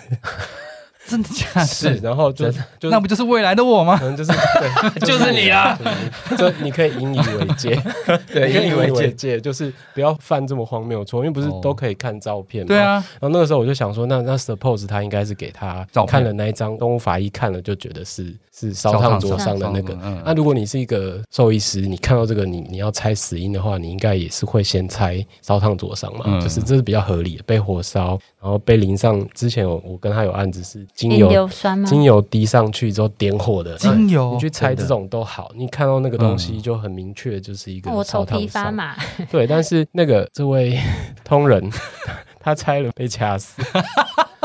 C: 真的假啊的？
E: 是， 然后就
C: 嗯
E: 就
C: 那不就是未来的我吗
E: 可？能就是对，就是你啊，就你可以引以为戒，对，
D: 引以为戒
E: 戒，就是不要犯这么荒谬的错，因为不是
C: 哦
E: 都可以看照片吗？
C: 对啊，
E: 然后那个时候我就想说，那那 suppose 他应该是给他
C: 照片
E: 看了那一张动物法医看了就觉得是是烧烫灼伤的那个
C: 烧烫灼伤嗯。
E: 那如果你是一个兽医师，你看到这个你你要猜死因的话，你应该也是会先猜烧烫灼伤嘛
C: 嗯，
E: 就是这是比较合理的，被火烧，然后被淋上。之前我我跟他有案子是精
A: 印
E: 油
A: 硫酸吗？
E: 精油滴上去之后点火的。哎
C: 精油嗯
E: 你去猜
D: 真的
E: 这种都好，你看到那个东西就很明确，就是一个
A: 哦我头
E: 烧烫
A: 皮发
E: 伤
A: 麻，
E: 对，但是那个这位 通人，他猜了被掐死，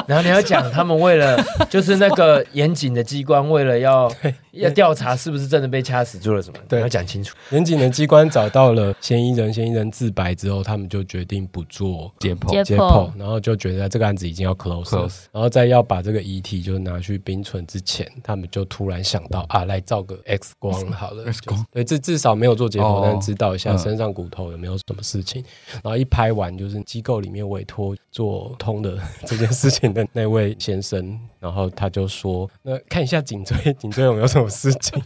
D: 然后你要讲，他们为 了就是那个严谨的机关，为了要要调查是不是真的被掐死，做了什么，
E: 对
D: 你要讲清楚。
E: 严谨的机关找到了嫌疑人，嫌疑人自白之后，他们就决定不做
C: 解剖
A: 解
E: 解
A: 剖
E: 剖，然后就觉得这个案子已经要 close，了
C: Close
E: 然后在要把这个遗体就拿去冰存之前，他们就突然想到啊，来照个 X 光好了
C: X 光
E: 就是对，至至少没有做解
C: 哦
E: 剖，但知道一下
C: 嗯
E: 身上骨头有没有什么事情。然后一拍完，就是机构里面委托做通的这件事情的那位先生，然后他就说，那看一下颈椎，颈椎有没有什么事 情？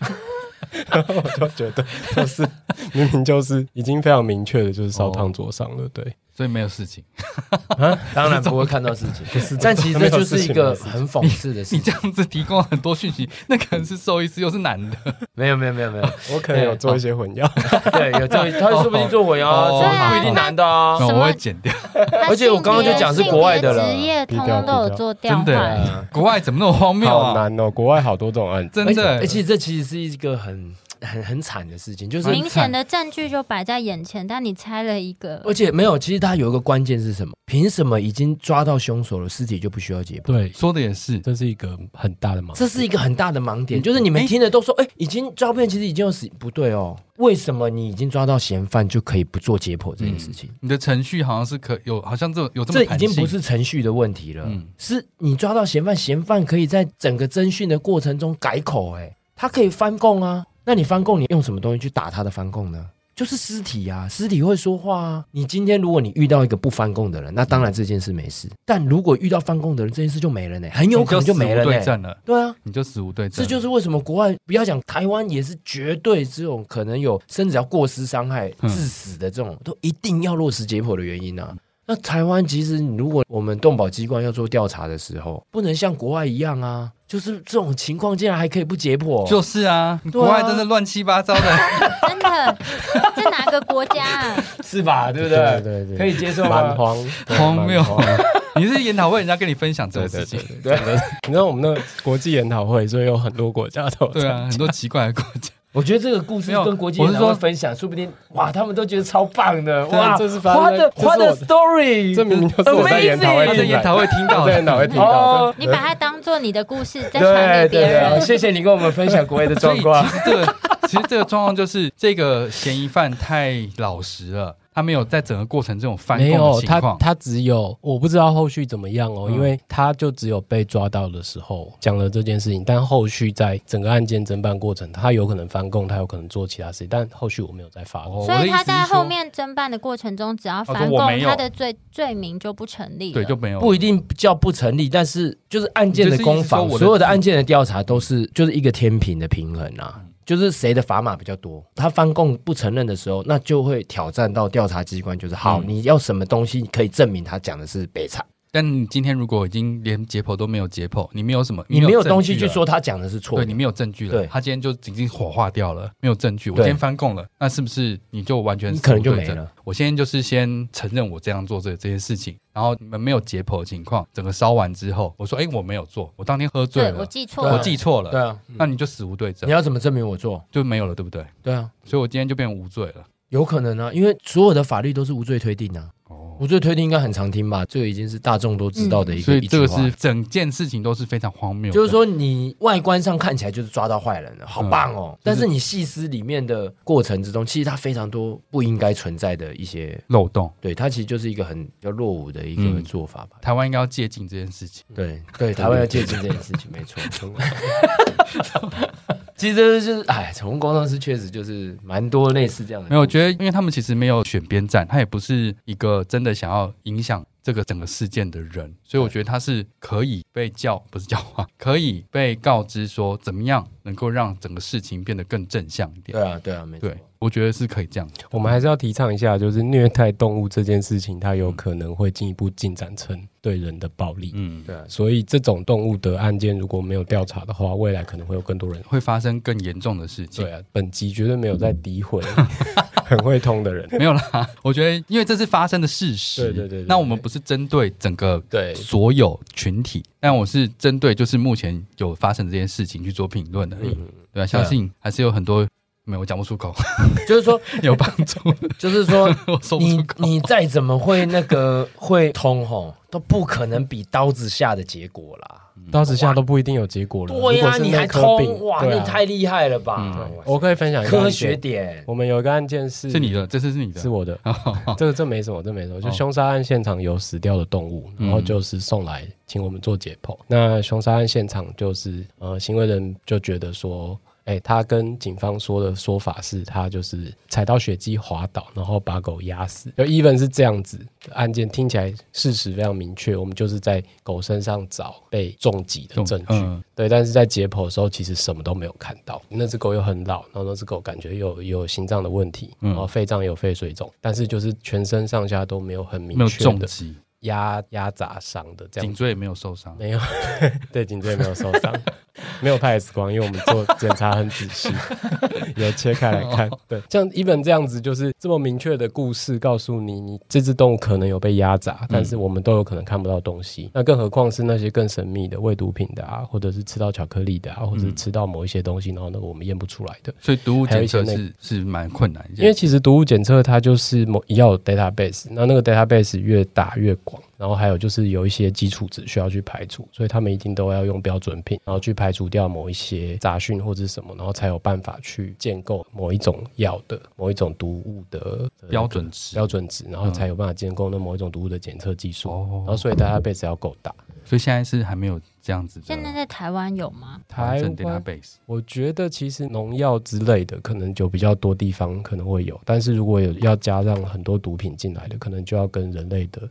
E: 然后我就觉得，就是 明明就是已经非常明确的，就是
C: 哦
E: 烧烫灼伤了，对。
C: 所以没有事情。
D: 当然不会看到事情，但其实这 就是一个很讽刺的事
C: 你这
D: 情。
C: 样子提供很多讯息，那可能是兽医师又是男的，
D: 没有没有没有没有，
E: 我可能有做一些混淆，
C: 啊
D: 对，有这个，他说不定做混
C: 哦
D: 淆，这
A: 对啊
D: 不一定男的啊
C: 那。
A: 么
C: 我会剪掉。
D: 而且我刚刚就讲是国外的了
A: 性别职业
E: 低
A: 通
E: 调
A: 通都有
E: 低调
A: 做调
C: 真的
A: 换。
D: 嗯
C: 耶，国外怎么那么荒谬
E: 好
C: 啊？
E: 难哦。国外好多这种案子，
C: 真的
D: 而，且这其实是一个很很很惨的事情，就是
C: 蛮
A: 明显的证据就摆在眼前，但你猜了一个，
D: 而且没有，其实他有一个关键是什么？凭什么已经抓到凶手了，尸体就不需要解剖？
E: 对，
C: 说的也是，
E: 这是一个很大的盲
D: 这
E: 点。
D: 是一个很大的盲
C: 嗯
D: 点，就是你们听的都说，哎、已经照片其实已经有死，不对哦，为什么你已经抓到嫌犯就可以不做解剖这件事情？
C: 你的程序好像是可有，好像这嗯有这
D: 这
C: 么
D: 已
C: 弹
D: 经不
C: 性
D: 是程序的问题了，
C: 嗯
D: 是你抓到嫌犯，嫌犯可以在整个侦讯的过程中改口、哎，他可以翻供啊。那你翻供，你用什么东西去打他的翻供呢？就是尸体啊，尸体会说话啊。你今天如果你遇到一个不翻供的人，那
C: 嗯
D: 当然这件事没事；但如果遇到翻供的人，这件事就没了呢、很有可能就没了
C: 你就死无
D: 呢、
C: 对证了，
D: 对啊，
C: 你就死无对证
D: 这
C: 了。
D: 就是为什么国外不要讲台湾，也是绝对这种可能有甚至要过失伤害、
C: 嗯
D: 致死的这种，都一定要落实解剖的原因啊。那台湾其实，如果我们动保机关要做调查的时候，不能像国外一样啊，就是这种情况竟然还可以不解剖，
C: 就是啊，
D: 对
C: 国
D: 啊
C: 外真的乱七八糟 的，
A: 真的， 这哪个国家啊？
D: 是吧？对不对？啊
E: 对对对，
D: 可以接受
E: 蛮
D: 吗？
E: 荒对
C: 荒谬
E: 蛮 荒。
C: 你是研讨会人家跟你分享这
E: 对
C: 种事
E: 对
C: 情
E: 对，对对，真的你知道我们那个国际研讨会，所以有很多国家都有
C: 对
E: 参
C: 啊，很多奇怪的国 家。
D: 我觉得这个故事
C: 没有
D: 跟国际
C: 我
D: 研
C: 是
D: 讨会
C: 说
D: 分享，说不定哇，他们都觉得超棒的
E: 对啊
D: 哇！
E: 这是发生
D: 花
E: 在
D: 的花的
E: 这是我的
D: story，
E: 这明明就是我在研讨会
C: 他
E: 听
C: 在
E: 的
C: 研讨会听到
E: 我在研讨会
C: 的，
E: 听到的。
A: 你把它当做你的故事再
D: 对
A: 传给别
D: 对对，
A: 人，
D: 谢谢你跟我们分享国 外的
C: 所以
D: 状况
C: 其。实这个 其实这个状况就是这个嫌疑犯太老实了，他没有在整个过程这种翻
E: 没
C: 供
E: 有
C: 的情
E: 他，
C: 况。
E: 他只有我不知道后续怎么样哦，
C: 嗯
E: 因为他就只有被抓到的时候讲了这件事情，但后续在整个案件侦办过程，他有可能翻供，他有可能做其他事情，但后续我没有再发
C: 哦
E: 过。
A: 所以他在后
C: 我的意思是说哦
A: 面侦办的过程中，只要
C: 说
A: 反
C: 我
A: 供
C: 没，有
A: 他的罪罪名就不成立了。
C: 对就没有
D: 不一定叫不成立，但是就是案件的攻
C: 你
D: 防，
C: 就是意思说我的
D: 所有的案件的调查都是就是一个天平的平衡啊，就是谁的砝码比较多。他翻供不承认的时候，那就会挑战到调查机关，就是好，
C: 嗯
D: 你要什么东西可以证明他讲的是北产，
C: 但你今天如果已经连解剖都没有解剖，你没有什么，
D: 你没有
C: 证据
D: 东西去
C: 了
D: 说他讲的是错
C: 对
D: 的，
C: 你没有证据了
D: 对，
C: 他今天就已经火化掉了，没有证据。我
D: 对
C: 今天翻供了，那是不是你就完全
D: 你可能就
C: 死无对
D: 没
C: 证
D: 了？
C: 我现在就是先承认我这样做这这件事情，然后你们没有解剖的情况，整个烧完之后，我说哎我没有做，我当天喝醉
A: 对
C: 了，
A: 我
C: 我
A: 记错了，
C: 记错了，
D: 对啊，
C: 那你就死无对证
D: 你，要怎么证明我做？
C: 就没有了，对不对？
D: 对啊，
C: 所以我今天就变无罪了。
D: 有可能啊，因为所有的法律都是无罪推定啊，
C: 哦，
D: 无罪推定应该很常听吧，这个已经是大众都知道的一个、
C: 所以
D: 一句
C: 这个
D: 话
C: 是整件事情都是非常荒谬的，
D: 就是说，你外观上看起来就是抓到坏人
C: 嗯
D: 了，好棒哦！但是你细思里面的过程之中，其实它非常多不应该存在的一些，
C: 漏洞。
D: 对，它其实就是一个很比较落伍的一个
C: 嗯
D: 做法吧。
C: 台湾应该要借鉴这件事情，
D: 对对，台湾要借鉴这件事情，
C: 嗯
D: 没错。 其实这就是，哎，宠物工程师确实就是蛮多类似这样的。
C: 没有，我觉得因为他们其实没有选边站，他也不是一个真的想要影响这个整个事件的人，所以我觉得他是可以被教，不是教化， 可以被告知说怎么样能够让整个事情变得更正向一点
D: 对。啊，对啊，没错
C: 对。，我觉得是可以这样。
E: 我们还是要提倡一下，就是虐待动物这件事情，它有可能会进一步进展成对人的暴力。
C: 嗯，
D: 对啊，
E: 所以这种动物的案件如果没有调查的话，未来可能会有更多人。
C: 会发生更严重的事情。
E: 对啊，本集绝对没有在 诋毁很会通的人。
C: 没有啦，我觉得因为这是发生的事实，
E: 对对对对
C: 那我们不是针对整个
E: 对
C: 所有群体，但我是针对就是目前有发生的这件事情去做评论而
E: 嗯
C: 已。对啊，相信还是有很多没有我讲不出口，
D: 就是说，
C: 有帮助，
D: 就是说，
C: 我说不出
D: 你
C: 口。
D: 你再怎么会那个会通吼，都不可能比刀子下的结果啦。
E: 到时下都不一定有结果了。
D: 嗯对
E: 如果
D: 呀，
E: 是
D: 你还
E: 内科病
D: 通哇，
E: 对啊
D: 你太厉害了吧！
E: 我可以分享一个
D: 科
E: 案件
D: 学。点，
E: 我们有一个案件是
C: 是你的，这次是你的，哦
E: 是我的， 这个这没什么，这没什么。就凶杀案现场有死掉的动物，然后就是送来请我们做解剖。那凶杀案现场就是呃，行为人就觉得说，哎、他跟警方说的说法是他就是踩到血迹滑倒，然后把狗压死。就 even 是这样子的案件，听起来事实非常明确，我们就是在狗身上找被重击的
C: 重
E: 证据。
C: 嗯
E: 对，但是在解剖的时候，其实什么都没有看到。那只狗又很老，然后那只狗感觉有有心脏的问题，
C: 嗯
E: 然后肺脏也有肺水肿，但是就是全身上下都没有很明
C: 没有
E: 确
C: 重
E: 的
C: 击，
E: 压压砸伤的这
C: 颈
E: 样。
C: 椎也没有受伤。
E: 没有， 对，颈椎没有受伤， 没有拍 X 光，因为我们做检查很仔细， 有切开来看。对，像 even 这样子，就是这么明确的故事告诉你，你这只动物可能有被压榨，但是我们都有可能看不到东西。那更何况是那些更神秘的喂毒品的啊，或者是吃到巧克力的啊，或者是吃到某一些东西，然后那个我们验不出来的。
C: 所以毒物检测
E: 还有一些
C: 是是蛮困难的，
E: 因为其实毒物检测它就是某要有 database，那那个 database 越大越广，然后还有就是有一些基础值需要去排除，所以他们一定都要用标准品，然后去排除掉某一些杂讯或者什么，然后才有办法去建构某一种药的某一种毒物的的那个
C: 标准值
E: 标准值，然后才有办法建构那某一种毒物的检测技术，
C: 哦
E: 然后所以 database 要够大。
C: 所以现在是还没有这样子的
A: 现在在台湾有吗？
E: 台
C: 完整
E: 湾
C: database。
E: 我觉得其实农药之类的，可能就比较多地方可能会有，但是如果有要加上很多毒品进来的，可能就要跟人类的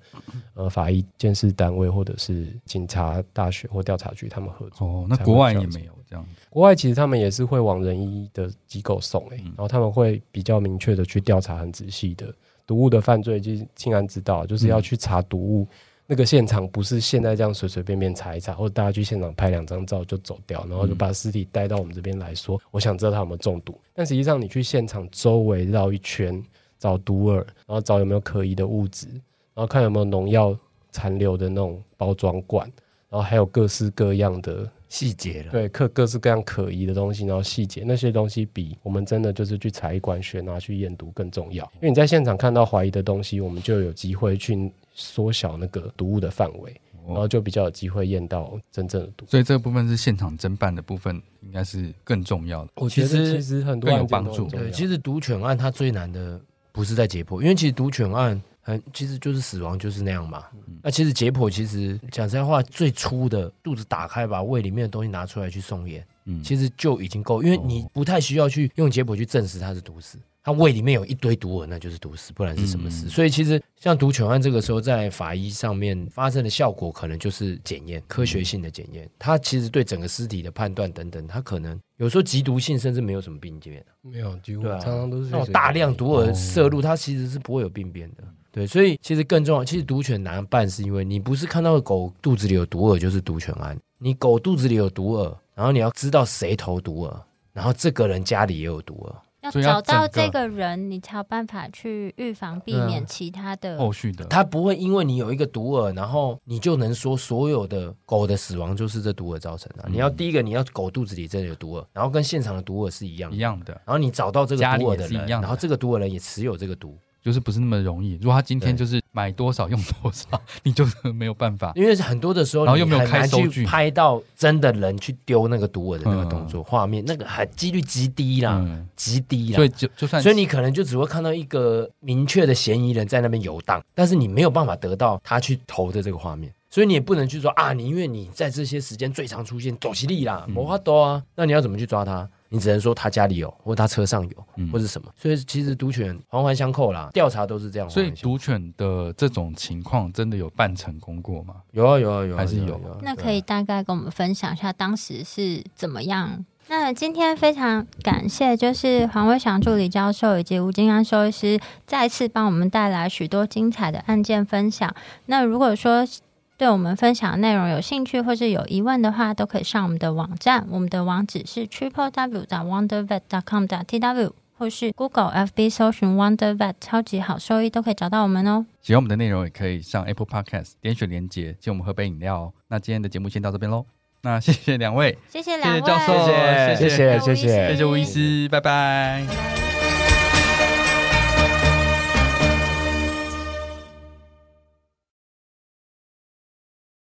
E: 呃法医监视单位或者是警察大学或调查局他们合作。
C: 哦，那
E: 才会
C: 国外
E: 这
C: 也
E: 样子
C: 没有这样子。
E: 国外其实他们也是会往仁医的机构送、欸，然后他们会比较明确的去调查很仔细的毒物的犯罪就是竟然知道，就是要去查毒物。那个现场不是现在这样随随便便查一查，或者大家去现场拍两张照就走掉，然后就把尸体带到我们这边来说，我想知道他有没有中毒。但实际上，你去现场周围绕一圈，找毒饵，然后找有没有可疑的物质，然后看有没有农药残留的那种包装罐，然后还有各式各样的
D: 细节了。
E: 对各各式各样可疑的东西，然后细节那些东西比我们真的就是去采一管血拿去验毒更重要，因为你在现场看到怀疑的东西，我们就有机会去缩小那个毒物的范围，
D: 哦
E: 然后就比较有机会验到真正的毒。
C: 所以这个部分是现场侦办的部分，应该是更重要的。
E: 我觉得
D: 其实
E: 其实啊很多
C: 更有
E: 案件都
C: 帮助
E: 很重要
D: 对，其实毒犬案它最难的不是在解剖，因为其实毒犬案很其实就是死亡就是那样嘛。那其实解剖其实讲实在话，最初的肚子打开把胃里面的东西拿出来去送验，
C: 嗯，
D: 其实就已经够，因为你不太需要去用解剖去证实它是毒死。它胃里面有一堆毒饵，那就是毒死，不然是什么死？
C: 嗯
D: 所以其实像毒犬案这个时候在法医上面发生的效果，可能就是检验科学性的检验。它其实对整个尸体的判断等等，它可能有时候极毒性甚至没有什么病变。
E: 没有几乎
D: 对啊，
E: 常常都是
D: 那种大量毒饵摄入，它其实是不会有病变的。对，所以其实更重要，其实毒犬难办，是因为你不是看到狗肚子里有毒饵就是毒犬胺，你狗肚子里有毒饵，然后你要知道谁投毒饵，然后这个人家里也有毒饵，
A: 要
C: 所以
A: 找
C: 要
A: 到
C: 整
A: 这
C: 个
A: 个人，你才有办法去预防、避
C: 对啊
A: 免其他的。
C: 后续的，
D: 他不会因为你有一个毒饵，然后你就能说所有的狗的死亡就是这毒饵造成的。你要第一个，你要狗肚子里真的有毒饵，然后跟现场的毒饵是一样
C: 一
D: 的。
C: 样的，
D: 然后你找到这个
C: 家里
D: 毒饵
C: 也
D: 的
C: 是一
D: 人，
C: 样的
D: 然后这个毒饵人也持有这个毒，
C: 就是不是那么容易。如果他今天
D: 对
C: 就是买多少用多少，你就是没有办法。
D: 因为很多的时候，
C: 然后又没有
D: 你很难
C: 开收据
D: 去拍到真的人去丢那个毒饵的那个动作画面，那个很几率极低啦，
C: 嗯，
D: 极低啦。
C: 所以就就算
D: 啊所以你可能就只会看到一个明确的嫌疑人在那边游荡，但是你没有办法得到他去投的这个画面，所以你也不能去说啊，你因为你在这些时间最常出现走西利
C: 嗯
D: 啦，摩法多啊，那你要怎么去抓他？你只能说他家里有，或他车上
C: 嗯
D: 有，或是什么。所以其实毒犬环环相扣啦，调查都是这样环
C: 所以
D: 环相扣。
C: 毒犬的这种情况真的有办成功过吗？
D: 有啊有啊有啊，
C: 还是有
D: 啊啊
A: 那
D: 对啊
A: 可以大概跟我们分享一下当时是怎么样？那今天非常感谢，就是黄伟祥助理教授以及吴金安兽医师再次帮我们带来许多精彩的案件分享。那如果说对我们分享的内容有兴趣或是有疑问的话，都可以上我们的网站，我们的网址是 triple w wonder vet com t w 或是 Google FB 搜寻 Wonder Vet 超级好兽医，都可以找到我们哦。
C: 喜欢我们的内容，也可以上 Apple Podcast 点选连结，请我们喝杯饮料哦。那今天的节目先到这边喽。那谢谢两位，
A: 谢谢
C: 谢
A: 两位，
C: 谢教授，
E: 谢
C: 谢
E: 谢谢谢
A: 谢
C: 谢谢吴医师，拜拜。
A: 拜拜